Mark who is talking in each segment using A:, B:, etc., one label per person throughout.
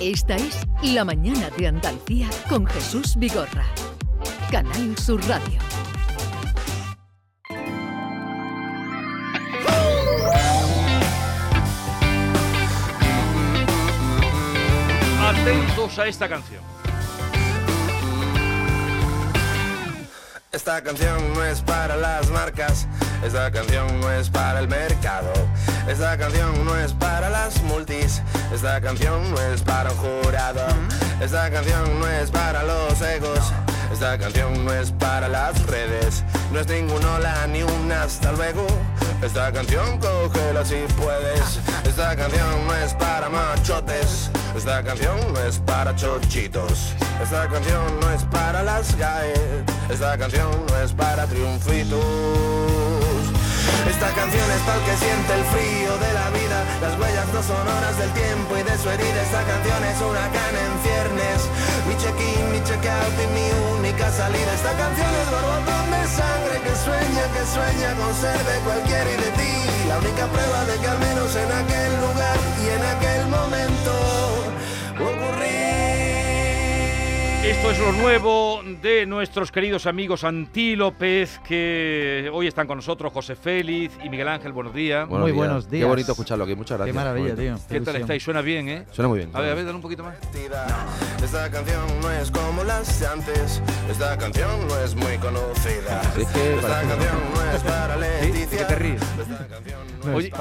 A: Esta es La Mañana de Andalucía con Jesús Vigorra. Canal Sur Radio.
B: Atentos a esta canción.
C: Esta canción no es para las marcas, esta canción no es para el mercado, esta canción no es para las multis, esta canción no es para un jurado, esta canción no es para los egos, esta canción no es para las redes, no es ningún hola ni un hasta luego, esta canción cógela si puedes, esta canción no es para machotes, esta canción no es para chochitos, esta canción no es para las gaes, esta canción no es para triunfitos. Esta canción es para el que siente el frío de la vida, las huellas no sonoras del tiempo y de su herida. Esta canción es huracán en ciernes, mi check-in, mi check-out y mi única salida. Esta canción es borbotón de sangre que sueña, que sueña con ser de cualquiera y de ti. La única prueba de que al menos en aquel lugar y en aquel momento ocurrí.
B: Esto es lo nuevo de nuestros queridos amigos Antí López, que hoy están con nosotros José Félix y Miguel Ángel. Buenos días.
D: Muy buenos
E: Qué
D: días.
E: bonito escucharlo aquí, muchas gracias.
D: Qué maravilla,
E: Qué
D: tío.
E: bonito.
B: ¿Qué tal estáis? Suena bien, ¿eh?
E: Suena muy bien.
B: A ver, a ver, dale un poquito más.
C: divertida. Esta canción no es como las de antes. Esta canción no es muy conocida.
E: Sí, es que
C: Esta
E: parece-
C: canción no es para
B: ¿Sí? ¿De
C: Leticia.
B: qué te ríes?
C: Esta canción no
B: Oye,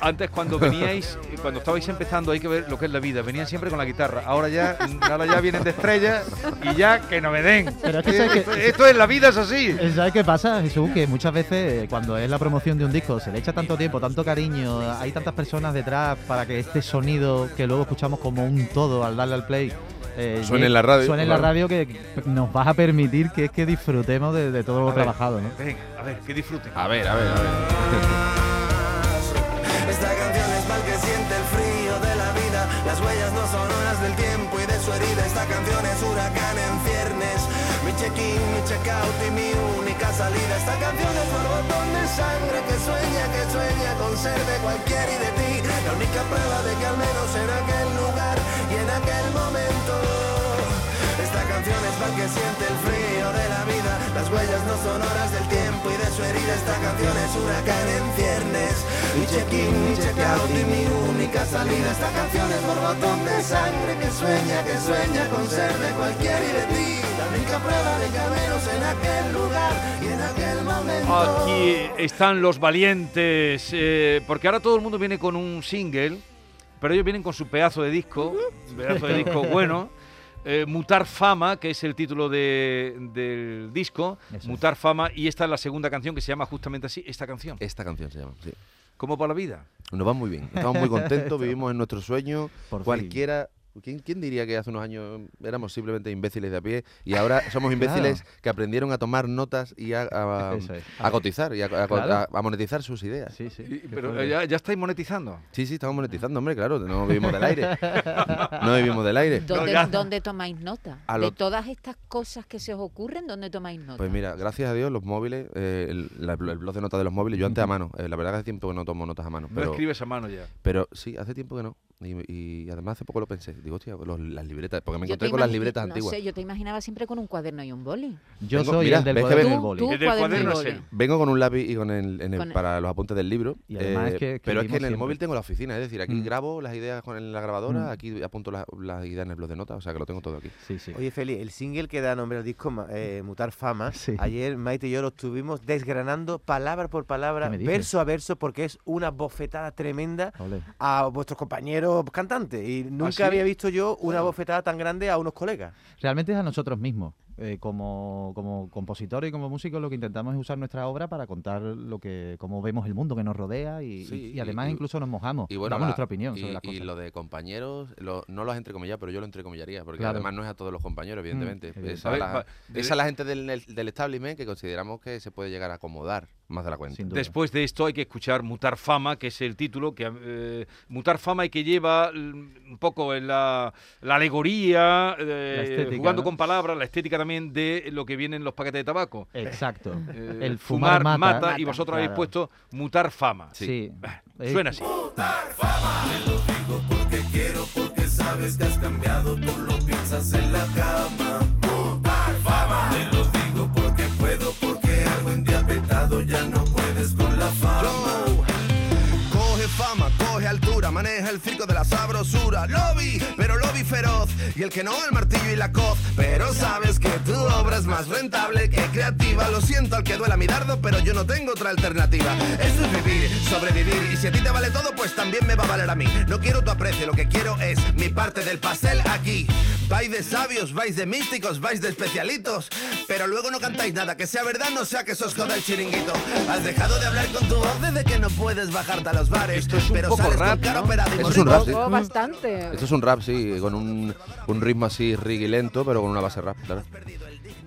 B: antes cuando veníais, eh, cuando estabais empezando, hay que ver lo que es la vida. Venían siempre con la guitarra. Ahora ya, ahora ya vienen de estrella y ya que no me den.
D: Pero es que sabes que-
B: Esto- esto es la vida, es así.
D: Eh, ¿Sabes qué pasa, Jesús? Que muchas veces eh, cuando es la promoción de un disco se le echa tanto tiempo, tanto cariño, hay tantas personas detrás para que este sonido que luego escuchamos como un todo al darle al play. eh,
E: Suene
D: llegue-
E: en la radio,
D: Suene en la
E: claro.
D: radio que nos vas a permitir que es que disfrutemos de, de todo
B: A
D: lo
B: ver,
D: trabajado, ¿no?
B: Venga, a ver, que disfruten.
E: A ver, a ver, a ver.
C: más. Esta canción es para el que siente el frío de la vida. Las huellas no son horas del tiempo y de su herida. Esta canción es huracán en ciernes. Mi check-in, mi check-out y mi única salida. Esta canción es borbotón de sangre que sueña, que sueña con ser de cualquiera y de ti. La única prueba de que al menos en aquel lugar y en aquel momento. Esta canción es para que siente el frío de la vida. Las huellas no son horas del tiempo y de su herida. Esta canción es huracán en ciernes. Mi check-in, mi check-out y mi única salida. Esta canción es borbotón de sangre que sueña, que sueña con ser de cualquiera y de ti. La única prueba de caberos en aquel lugar y en aquel momento.
B: Aquí están los valientes, eh, porque ahora todo el mundo viene con un single, pero ellos vienen con su pedazo de disco, pedazo de disco bueno. eh, Mutar Fama, que es el título de- del disco,
D: Eso es.
B: Mutar Fama, y esta es la segunda canción que se llama justamente así, esta canción,
E: Esta canción se llama, sí.
B: Como para la vida.
E: Nos va muy bien, estamos muy contentos, vivimos en nuestro sueño.
D: Por fin.
E: Cualquiera, ¿quién, quién diría que hace unos años éramos simplemente imbéciles de a pie y ahora somos imbéciles que aprendieron a tomar notas y a, a-
D: Eso es.
E: a cotizar y a, a-
D: Claro.
E: a- a monetizar sus ideas?
D: Sí, sí.
B: Y-
D: qué
B: pero
D: fuerte.
B: eh, ya, ya estáis monetizando.
E: Sí, sí, estamos monetizando, hombre, claro, no vivimos del aire. No vivimos del aire.
F: ¿Dónde,
B: ya.
F: dónde tomáis nota?
E: A
F: De
E: lo-
F: todas estas cosas que se os ocurren, ¿dónde tomáis nota?
E: Pues mira, gracias a Dios los móviles, eh, el, la- el blog de notas de los móviles, yo antes a mano, eh, la verdad que hace tiempo que no tomo notas a mano,
B: No
E: pero,
B: escribes a mano ya.
E: pero sí, hace tiempo que no. Y, y además hace poco lo pensé, digo, hostia, los- las libretas, porque me
F: Yo te
E: encontré con las
F: imagi-
E: libretas
F: no
E: antiguas.
F: sé, yo te imaginaba siempre con un cuaderno y un boli.
D: Yo
E: Vengo-
D: soy
E: mira,
D: el del
E: ves que
D: poder
E: ven-
D: del boli.
F: Tú,
B: El del
F: cuaderno y
B: cuaderno es
F: boli.
B: él.
E: Vengo con un lápiz y con el, en el-
F: Con-
E: para los apuntes del libro. eh,
D: Y además es que
E: pero es que en
D: escribimos
E: el móvil
D: siempre.
E: tengo la oficina, es decir, aquí
D: Mm.
E: grabo las ideas con en la grabadora,
D: Mm.
E: aquí apunto la- las ideas en el blog de notas, o sea que lo tengo todo aquí.
D: Sí, sí.
G: Oye, Feli, el single que da nombre al disco, ma- eh, Mutar Fama,
D: Sí.
G: ayer Maite y yo lo estuvimos desgranando palabra por palabra,
D: ¿Qué me dices?
G: verso a verso, porque es una bofetada tremenda
D: Ole.
G: a vuestros compañeros cantantes. Y
D: ¿Ah,
G: nunca
B: sí?
G: había visto yo una bofetada tan grande a unos colegas.
D: Realmente es a nosotros mismos. eh, como, como compositores y como músicos lo que intentamos es usar nuestra obra para contar lo que cómo vemos el mundo que nos rodea y, y-
E: Sí,
D: y
E: y-
D: además
E: y-
D: incluso nos mojamos.
E: Y bueno,
D: damos
E: la-
D: nuestra opinión
E: y,
D: sobre las
E: y
D: cosas.
E: lo de compañeros, lo- no los entrecomillas, pero yo lo entrecomillaría, porque
D: Claro. Mm,
E: además no es a todos los compañeros, evidentemente.
D: evidente.
E: Esa
B: A ver,
E: es la-
B: va- de-
E: esa es la gente del, del establishment que consideramos que se puede llegar a acomodar más de la cuenta.
D: Sin duda.
B: Después de esto hay que escuchar Mutar Fama, que es el título, que eh, Mutar Fama y que lleva l- un poco en la, la alegoría, eh,
D: La estética,
B: jugando
D: ¿no?
B: con palabras, la estética también de lo que viene en los paquetes de tabaco.
D: Exacto.
B: Eh,
D: el fumar, mata,
B: y vosotros habéis
D: Claro.
B: puesto Mutar Fama.
D: Sí. Eh,
B: Suena así.
C: Porque
H: veces
C: sabes
H: que has cambiado, tú lo piensas en la cama. Mutar fama. Te lo digo porque puedo, porque algún día petado ya no puedes con la fama.
C: Yo. Coge fama, coge altura, maneja el circo de la sabrosura. Lobby, pero lobby feroz. Y el que no, el martillo y la coz. Pero sabes que tu obra es más rentable que creativa. Lo siento al que duela mi dardo, pero yo no tengo otra alternativa. Esto es vivir, sobrevivir. Y si a ti te vale todo, pues también me va a valer a mí. No quiero tu aprecio, lo que quiero es mi parte del pastel aquí. Vais de sabios, vais de místicos, vais de especialitos. Pero luego no cantáis nada que sea verdad, no sea que sos joda el chiringuito. Has dejado de hablar con tu voz desde que no puedes bajarte a los bares.
B: Esto es un
C: pero
B: poco
C: sales
B: rap,
C: con cara
B: ¿no?
C: operada y
E: Eso es un
C: morrico.
E: rap, sí.
F: Oh, bastante.
E: Esto es un rap, sí, con un, un ritmo así rigilento, pero con una base rap, claro.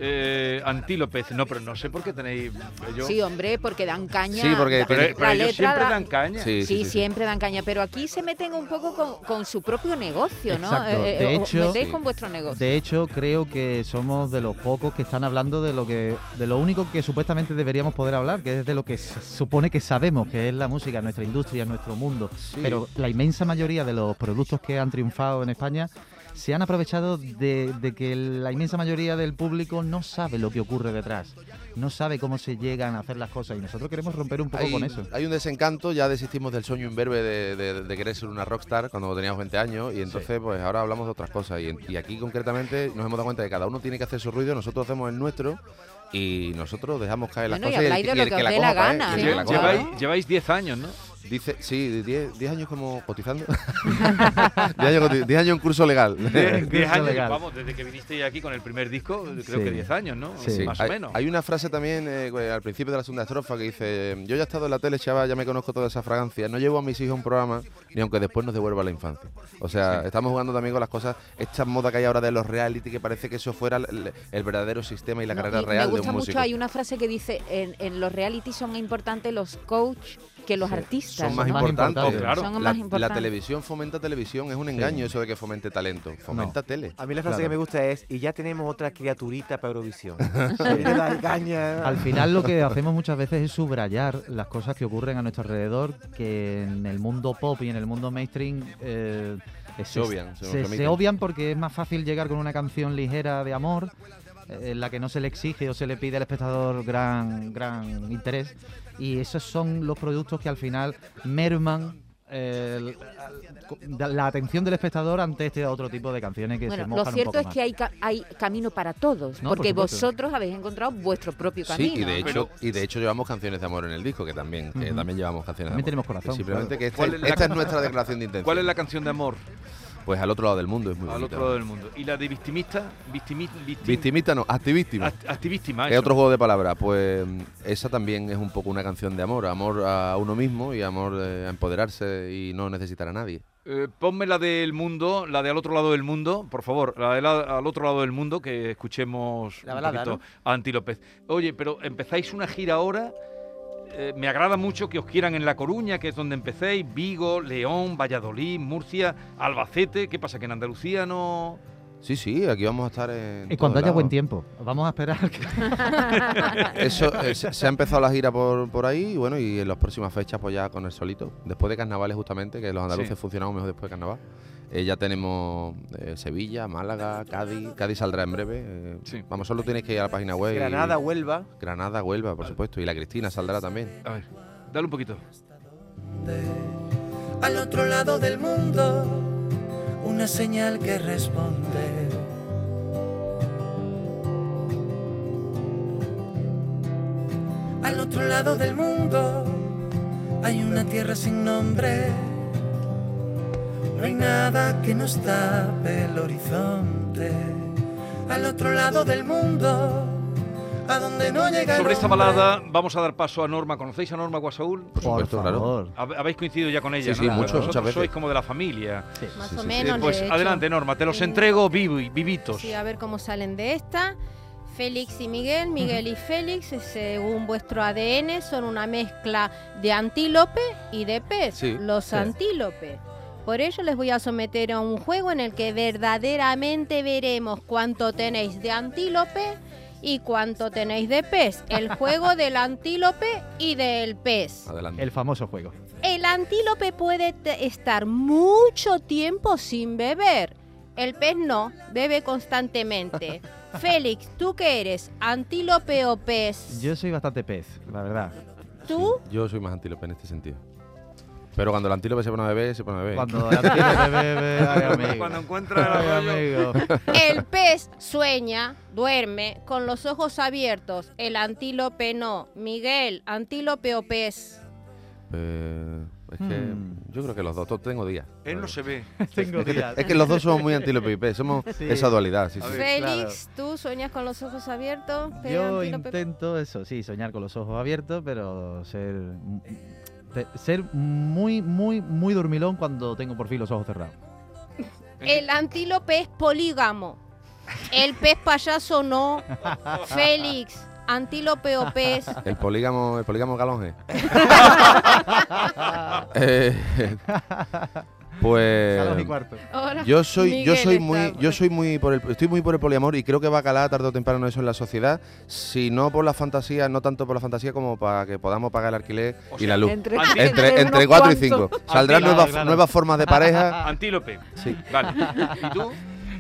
B: Eh, Antílopez, no, pero no sé por qué tenéis. eh, Yo,
F: Sí, hombre, porque dan caña.
E: Sí, porque-
F: da-
B: pero
E: tiene-
B: pero
F: la
B: ellos
F: letra
B: siempre
F: da-
B: dan caña.
E: Sí.
F: Sí, siempre dan caña, pero aquí se meten un poco con, con su propio negocio, ¿no? Eh,
D: Exacto, de
F: os
D: hecho-
F: metéis con vuestro negocio.
D: De hecho, creo que somos de los pocos que están hablando de lo que de lo único que supuestamente deberíamos poder hablar, que es de lo que se supone que sabemos, que es la música, nuestra industria, nuestro mundo. Pero la inmensa mayoría de los productos que han triunfado en España se han aprovechado de, de que la inmensa mayoría del público no sabe lo que ocurre detrás, no sabe cómo se llegan a hacer las cosas y nosotros queremos romper un poco
E: Hay,
D: con eso.
E: hay un desencanto, ya desistimos del sueño imberbe de, de- de querer ser una rockstar cuando teníamos 20 años y entonces pues ahora hablamos de otras cosas y, en- y aquí concretamente nos hemos dado cuenta de que cada uno tiene que hacer su ruido, nosotros hacemos el nuestro y nosotros dejamos caer las
F: Bueno, y
E: cosas
F: habláis de
E: el,
F: lo
E: el
F: que
E: que
F: os
E: la
F: dé
E: coja
F: la
E: cae,
F: gana,
E: el
F: Sí,
E: que
F: ¿no?
E: la
B: Lle-
E: coja
F: Claro.
E: cae.
B: Lleváis lleváis 10 años, ¿no?
E: Dice, sí, 10 10 años como cotizando. 10 años, coti- 10 años en curso legal.
B: 10
D: Curso
B: años,
D: legal.
B: vamos, desde que vinisteis aquí con el primer disco, creo
D: Sí.
B: que 10 años, ¿no?
D: Sí.
B: Más
E: hay,
B: o menos.
E: hay una frase también eh, que al principio de la segunda estrofa que dice, yo ya he estado en la tele, chaval, ya me conozco toda esa fragancia, no llevo a mis hijos a un programa, ni aunque después nos devuelva la infancia. O sea, estamos jugando también con las cosas, esta moda que hay ahora de los reality, que parece que eso fuera el, el verdadero sistema y la
F: No,
E: carrera
F: y me
E: real de
F: gusta
E: un
F: mucho,
E: músico.
F: hay una frase que dice, en, en los reality son importantes los coach que los
E: Sí,
F: artistas.
E: Son más
F: ¿no?
E: importantes.
B: importantes. Claro.
F: Son
E: La,
F: más
E: la
F: importantes.
E: televisión fomenta televisión, es un engaño eso de que fomente talento. Fomenta tele.
G: A mí la frase
D: Claro.
G: que me gusta es, y ya tenemos otra criaturita para Eurovisión. Y le da caña.
D: Al final lo que hacemos muchas veces es subrayar las cosas que ocurren a nuestro alrededor, que en el mundo pop y en el mundo mainstream eh,
E: Se obvian, se nos
D: se,
E: remiten.
D: obvian porque es más fácil llegar con una canción ligera de amor, eh, en la que no se le exige o se le pide al espectador gran, gran interés. Y esos son los productos que al final merman eh, el- la la atención del espectador ante este otro tipo de canciones que se
F: Bueno,
D: mojan
F: lo
D: un
F: cierto
D: poco
F: es
D: más.
F: que hay, ca- hay camino para todos,
D: No, por
F: porque
D: supuesto.
F: vosotros habéis encontrado vuestro propio
E: Sí,
F: camino.
E: y de
F: ¿no?
E: hecho, y de hecho llevamos canciones de amor en el disco, que también, que
D: Ujú.
E: también llevamos canciones
D: También
E: de amor.
D: tenemos corazón,
E: Simplemente
D: claro.
E: que este esta,
B: ¿Cuál es la-
E: esta es nuestra declaración de intención.
B: ¿Cuál es la canción de amor
E: Pues al otro lado del mundo es muy
B: al
E: bonita.
B: otro lado del mundo? ¿Y la de victimista? Victimi, victim-
E: Victimista no, activístima.
B: act- activístima,
E: Es
B: eso.
E: otro juego de palabras. Pues mm, esa también es un poco una canción de amor. Amor a uno mismo y amor eh, a empoderarse y no necesitar a nadie.
B: Eh, ponme la del mundo, la de al otro lado del mundo, por favor, la del a- al otro lado del mundo, que escuchemos
G: La
B: un
G: balada,
B: poquito a Anti López. Oye, pero empezáis una gira ahora. eh, me agrada mucho que os quieran en La Coruña, que es donde empecéis, Vigo, León, Valladolid, Murcia, Albacete. ¿Qué pasa? ¿Que en Andalucía no...?
E: Sí, sí, aquí vamos a estar en.
D: Y cuando
E: todos
D: haya buen
E: lados.
D: tiempo, vamos a esperar que
E: Eso, eh, se se ha empezado la gira por, por ahí y bueno, y en las próximas fechas pues ya con el solito. Después de carnavales justamente, que los andaluces
B: Sí.
E: funcionamos mejor después de carnaval. Eh, ya tenemos eh, Sevilla, Málaga, Cádiz. Cádiz saldrá en breve. eh,
B: Sí.
E: Vamos, solo tienes que ir a la página web. y-
G: Granada, Huelva.
E: Granada, Huelva, por supuesto. Y la Cristina saldrá también.
B: A ver, dale un poquito.
H: Al otro lado del mundo, una señal que responde. Al otro lado del mundo, hay una tierra sin nombre. No hay nada que nos tape el horizonte. Al otro lado del mundo, a donde no llega el
B: Sobre esta
H: hombre.
B: balada vamos a dar paso a Norma. ¿Conocéis a Norma Guasaúl?
E: Por
D: Por
E: supuesto, claro.
D: favor.
B: Hab- Habéis coincidido ya con ella,
E: Sí, sí,
B: ¿no?
E: mucho,
B: Vosotros
E: muchas veces.
B: sois como de la familia.
I: Más
E: Sí, sí,
I: o
E: sí.
I: menos.
B: Eh,
I: de
B: pues
I: hecho.
B: adelante, Norma, te los
I: Mm.
B: entrego vivi- vivitos.
I: Sí, a ver cómo salen de esta. Félix y Miguel, Miguel y Félix, eh, según vuestro ADN, son una mezcla de antílope y de pez,
E: Sí,
I: los
E: sí.
I: antílopes. Por ello les voy a someter a un juego en el que verdaderamente veremos cuánto tenéis de antílope y cuánto tenéis de pez. El juego del antílope y del pez.
E: Adelante.
D: el famoso juego.
I: El antílope puede te- estar mucho tiempo sin beber. El pez no, bebe constantemente. Félix, ¿tú qué eres? ¿Antílope o pez?
D: Yo soy bastante pez, la verdad.
I: ¿Tú?
E: Yo soy más antílope en este sentido. Pero cuando el antílope se pone a beber, se pone a beber.
D: Cuando la tienes, bebé, ay, amigo.
B: Cuando encuentra el
D: Ay,
B: arroyo-
D: amigo.
I: El pez sueña, duerme, con los ojos abiertos. El antílope no. Miguel, antílope o pez.
E: Eh, es que
D: Hmm.
E: yo creo que los dos, to- tengo días.
B: Él no se ve.
D: Tengo
E: es, que,
D: días.
E: es que los dos somos muy antílope y pez, somos
D: Sí.
E: esa dualidad. sí,
B: A
E: sí.
B: ver.
I: Félix, ¿tú sueñas con los ojos abiertos?
D: Yo
I: pero antílope-
D: intento eso, sí, soñar con los ojos abiertos, pero ser m- te- ser muy, muy, muy dormilón cuando tengo por fin los ojos cerrados.
I: El antílope es polígamo. El pez payaso no. Félix, antílope o pez.
E: El polígamo, el polígamo galonje. Eh,
C: Eh,
D: A los y
C: em.
E: pues
D: cuarto.
I: Ahora,
E: yo soy, yo
I: Miguel
E: soy
I: está-
E: muy, yo soy muy por el, estoy muy por el poliamor y creo que va a calar tarde o temprano eso en la sociedad, si no por la fantasía, no tanto por la fantasía como para que podamos pagar el alquiler
B: O
E: y
B: sea,
E: la luz.
B: ent-
F: Entre,
B: Anti-
E: Entre,
F: unos
E: entre 4 y
F: cuantos.
E: 5. Saldrán
D: Claro,
E: nuevas,
D: claro.
E: nuevas formas de pareja.
B: Antílope.
E: Sí.
B: Vale. ¿Y tú?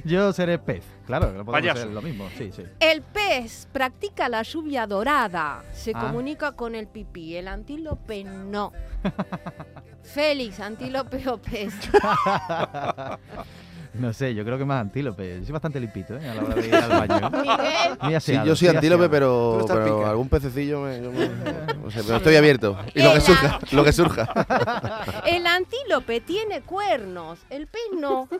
D: Yo seré pez, claro, no podemos
B: Payaso.
D: ser lo mismo, sí, sí.
I: El pez practica la lluvia dorada. Se
D: Ah.
I: comunica con el pipí. El antílope no. Félix, antílope o pez.
D: No sé, yo creo que más antílope. Yo soy bastante limpito, ¿eh? A la hora de ir al baño.
I: Miguel,
D: Muy
E: Sí,
D: aseado,
E: yo soy antílope,
D: aseado.
G: Tú
E: pero,
G: estás
E: pero
G: pica.
E: algún pececillo me, yo me- no sé, pero estoy abierto. Y lo que
I: Ela.
E: surja, lo que surja.
I: el antílope tiene cuernos. El pez no. M-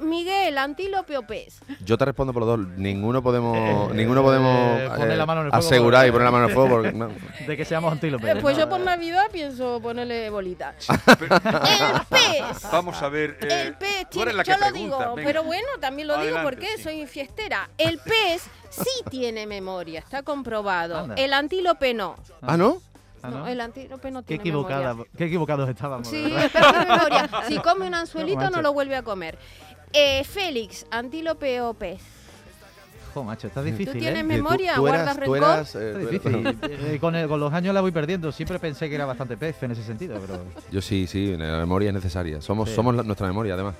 I: Miguel, antílope o pez.
E: Yo te respondo por los dos. Ninguno podemos,
D: Eh,
E: ninguno podemos
D: eh, poner la mano en el fuego
E: asegurar
D: porque-
E: y poner la mano en el fuego. porque no.
D: De que seamos antílopes.
I: Eh, pues
D: ¿no?
I: yo por Navidad pienso ponerle bolita.
B: Pero-
I: El pez.
B: Vamos a ver. eh,
I: El pez,
B: tú eres
I: sí,
B: la que
I: yo lo
B: pregunta,
I: digo,
B: venga.
I: pero bueno, también lo digo
B: Adelante,
I: porque
B: sí.
I: soy fiestera. El pez sí tiene memoria, está comprobado.
D: Anda.
I: El antílope no.
E: Ah, ¿no?
D: Ah,
I: No,
D: ¿no?
I: El antílope no
D: Qué,
I: tiene
D: equivocada,
I: memoria.
D: qué equivocados estábamos.
I: Sí,
D: ¿verdad?
I: pero tiene memoria. Si come un anzuelito
D: No,
I: no,
D: macho.
I: lo vuelve a comer. Eh, Félix, antílope o pez.
D: Jo, macho, está difícil.
I: ¿Tú
D: ¿eh?
I: tienes
E: Eh,
I: memoria?
E: Tú, tú
I: ¿Guardas
E: eras, tú
I: rencor?
E: eras, eh,
D: Está
E: tú eras-
D: difícil. Eh, con, el- con los años la voy perdiendo. Siempre pensé que era bastante pez en ese sentido, pero.
E: Yo sí, sí, la memoria es necesaria. Somos,
D: Sí.
E: somos la- nuestra memoria, además.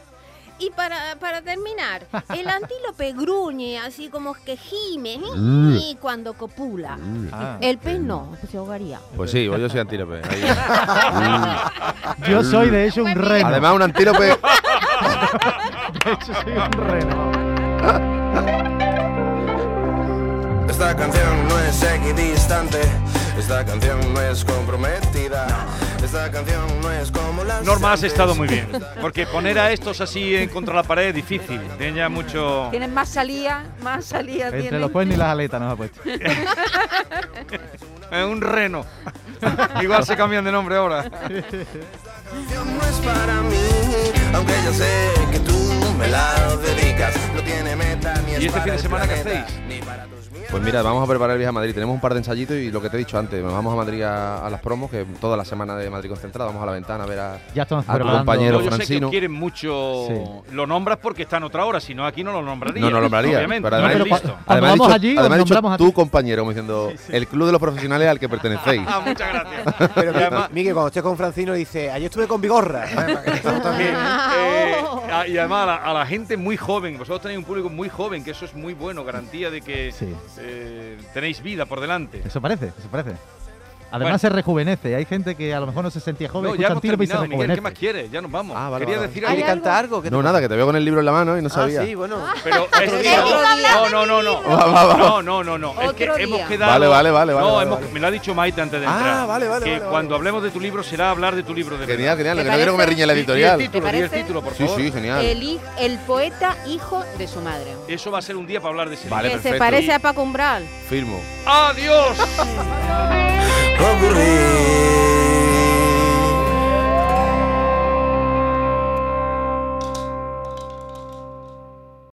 I: Y para, para terminar, el antílope gruñe así como que gime
B: Mm.
I: y cuando copula.
D: Ah.
I: El pez no, se ahogaría.
E: Uh. Pues sí, yo soy antílope. ahí.
D: Yo soy de hecho un
I: pues
D: reno.
E: Además, un antílope.
D: de hecho soy un reno.
C: Esta canción no es equidistante, esta canción no es comprometida, esta canción no es como las
B: Norma, has
C: antes.
B: estado muy bien. Porque poner a estos así en contra la pared es difícil. Tenía mucho.
F: Tienen más salida, más salida
D: Entre
F: tienen.
D: los cuernos y las aletas nos ha puesto.
B: eh, un reno. Igual se cambian de nombre ahora.
C: canción no es para mí, aunque ya sé que tú me la dedicas. No tiene meta ni es
B: ¿Y este
C: para
B: fin de
C: el
B: semana qué
C: planeta,
B: hacéis?
C: Ni para tus miedos.
E: Pues mira, vamos a preparar el viaje a Madrid. Tenemos un par de ensayitos y lo que te he dicho antes, nos vamos a Madrid a, a las promos, que toda la semana de Madrid concentrada, vamos a la ventana a ver a.
D: Ya estamos
E: A tu
D: preparando.
E: compañero.
B: No, yo sé
E: Pero
B: que
E: Francino-
B: os quieren mucho. Lo nombras porque está en otra hora, si no, aquí no lo nombraría.
E: No, no lo nombraría.
B: Obviamente.
E: pero además,
D: No, pero
B: listo.
D: cua- cuando
E: además
D: vamos
E: ha dicho,
D: allí, os
E: además ha dicho
D: nombramos a
E: tu
D: ti.
E: compañero, como diciendo, Oh, el club de los profesionales al que pertenecéis.
B: Ah, muchas gracias.
G: Pero
B: Y además-
G: Miguel, cuando estés con Francino, dice, ayer estuve con Vigorra.
B: También,
I: Ah,
B: eh,
I: oh.
B: a- y además a la, a la gente muy joven, vosotros tenéis un público muy joven, que eso es muy bueno, garantía de que
D: Sí.
B: eh, tenéis vida por delante.
D: Eso parece, eso parece. Además
B: Bueno.
D: se rejuvenece. Hay gente que a lo mejor no se sentía
B: No,
D: joven,
B: ya
D: escucha
B: hemos
D: antílope y se
B: terminado, Miguel,
D: rejuvenece.
B: ¿qué más quieres? Ya nos vamos.
E: Ah, vale,
B: Quería
E: vale.
B: decir
G: ¿Alguien
B: algo,
G: canta algo? ¿Qué te
E: No, nada, que te veo con el libro en la mano y no sabía.
G: Ah, sí, bueno.
B: pero es que-
G: día. Otro
B: no, no, no, no.
E: Va, va, va.
B: No, no, no, no. Es que
F: Otro
B: hemos
F: día.
B: quedado.
E: Vale, vale, vale,
B: No,
E: vale,
B: hemos-
E: vale.
B: me lo ha dicho Maite antes de
G: Ah,
B: entrar.
G: vale, vale,
B: Que
G: vale, vale.
B: cuando hablemos de tu libro será hablar de tu libro de
E: Genial,
B: verdad.
E: genial. Lo
F: ¿Te
E: que no quiero que me
F: parece?
E: riñe la
B: Di- di
E: editorial.
B: el título,
F: ¿Te
B: di el
F: parece?
B: título, por
E: Sí,
B: favor.
E: sí, genial.
F: El, hij- el poeta hijo de su madre.
B: Eso va a ser un día para hablar de ese
E: Vale,
I: que
B: libro.
I: se
E: perfecto.
I: parece a Paco Umbral.
E: Firmo.
B: ¡Adiós!
C: ocurrir.